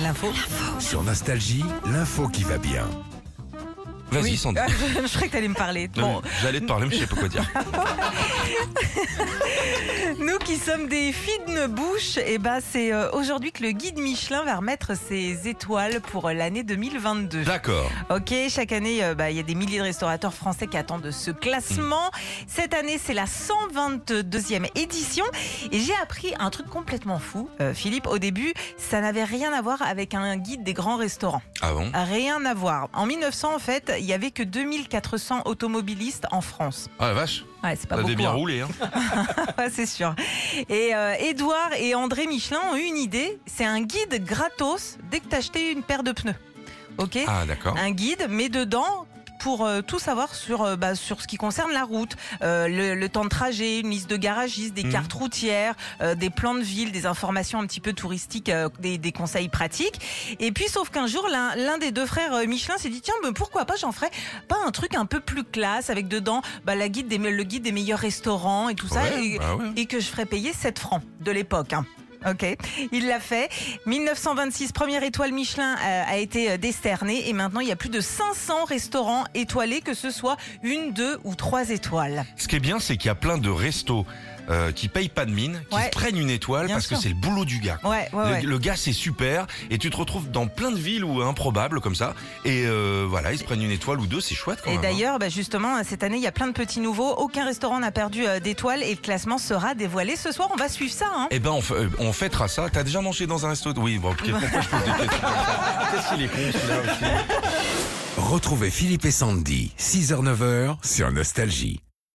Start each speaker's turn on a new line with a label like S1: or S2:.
S1: L'info.
S2: Sur Nostalgie, l'info qui va bien.
S3: Vas-y,
S1: Oui.
S3: Sandy.
S1: je croyais que t'allais me parler.
S3: Non,
S1: Bon,
S3: mais J'allais te parler, mais je sais pas quoi dire.
S1: nous qui sommes des fines bouches, eh ben c'est euh, aujourd'hui que le guide Michelin va remettre ses étoiles pour euh, l'année 2022.
S3: D'accord.
S1: Ok, chaque année, euh, bah, il y a des milliers de restaurateurs français qui attendent ce classement.
S3: Mm.
S1: Cette année, c'est la 122e édition. Et j'ai appris un truc complètement fou, euh, Philippe. Au début, ça n'avait rien à voir avec un guide des grands restaurants.
S3: Ah bon
S1: Rien à voir. En 1900, en fait, il y avait que 2400 automobilistes en France.
S3: Ah la vache,
S1: Ouais, c'est pas
S3: t'as
S1: beaucoup.
S3: bien
S1: hein.
S3: roulé. Hein.
S1: Ouais, c'est sûr. Et euh, Edouard et André Michelin ont eu une idée. C'est un guide gratos dès que t'achetais une paire de pneus. Ok
S3: Ah d'accord.
S1: un guide, mais dedans pour euh, tout savoir sur, euh, bah, sur ce qui concerne la route, euh, le, le temps de trajet, une liste de garagistes, des
S3: Mhm.
S1: cartes routières, euh, des plans de ville, des informations un petit peu touristiques, euh, des, des conseils pratiques. Et puis, sauf qu'un jour, l'un l'un des deux frères euh, Michelin s'est dit, tiens, ben, pourquoi pas, j'en ferai pas un truc un peu plus classe, avec dedans bah, la guide des, me- le guide des meilleurs restaurants et tout ça.
S3: Ouais,
S1: Et-
S3: bah ouais.
S1: et que je ferais payer 7 francs de l'époque. hein. Ok, il l'a fait. 1926, première étoile Michelin euh, a été euh, décernée et maintenant il y a plus de 500 restaurants étoilés, que ce soit une, deux ou trois étoiles.
S3: Ce qui est bien, c'est qu'il y a plein de restos euh, qui payent pas de mine, qui
S1: Ouais.
S3: se prennent une étoile
S1: Bien
S3: parce
S1: sûr.
S3: que c'est le boulot du gars.
S1: Ouais, ouais,
S3: Le-
S1: ouais.
S3: Le, gars c'est super et tu te retrouves dans plein de villes ou improbables comme ça et euh, voilà ils se prennent une étoile ou deux c'est chouette quand
S1: Et
S3: même. hein.
S1: d'ailleurs, bah, justement, cette année, il y a plein de petits nouveaux. Aucun restaurant n'a perdu euh, d'étoiles et le classement sera dévoilé ce soir. On va suivre ça. hein.
S3: Eh ben on, f- euh, on fêtera ça. T'as déjà mangé dans un resto Oui bon ok, pourquoi je pose des questions comme ça Qu'est-ce qu'il est con celui-là aussi
S2: Retrouvez Philippe et Sandy, 6h-9h sur Nostalgie.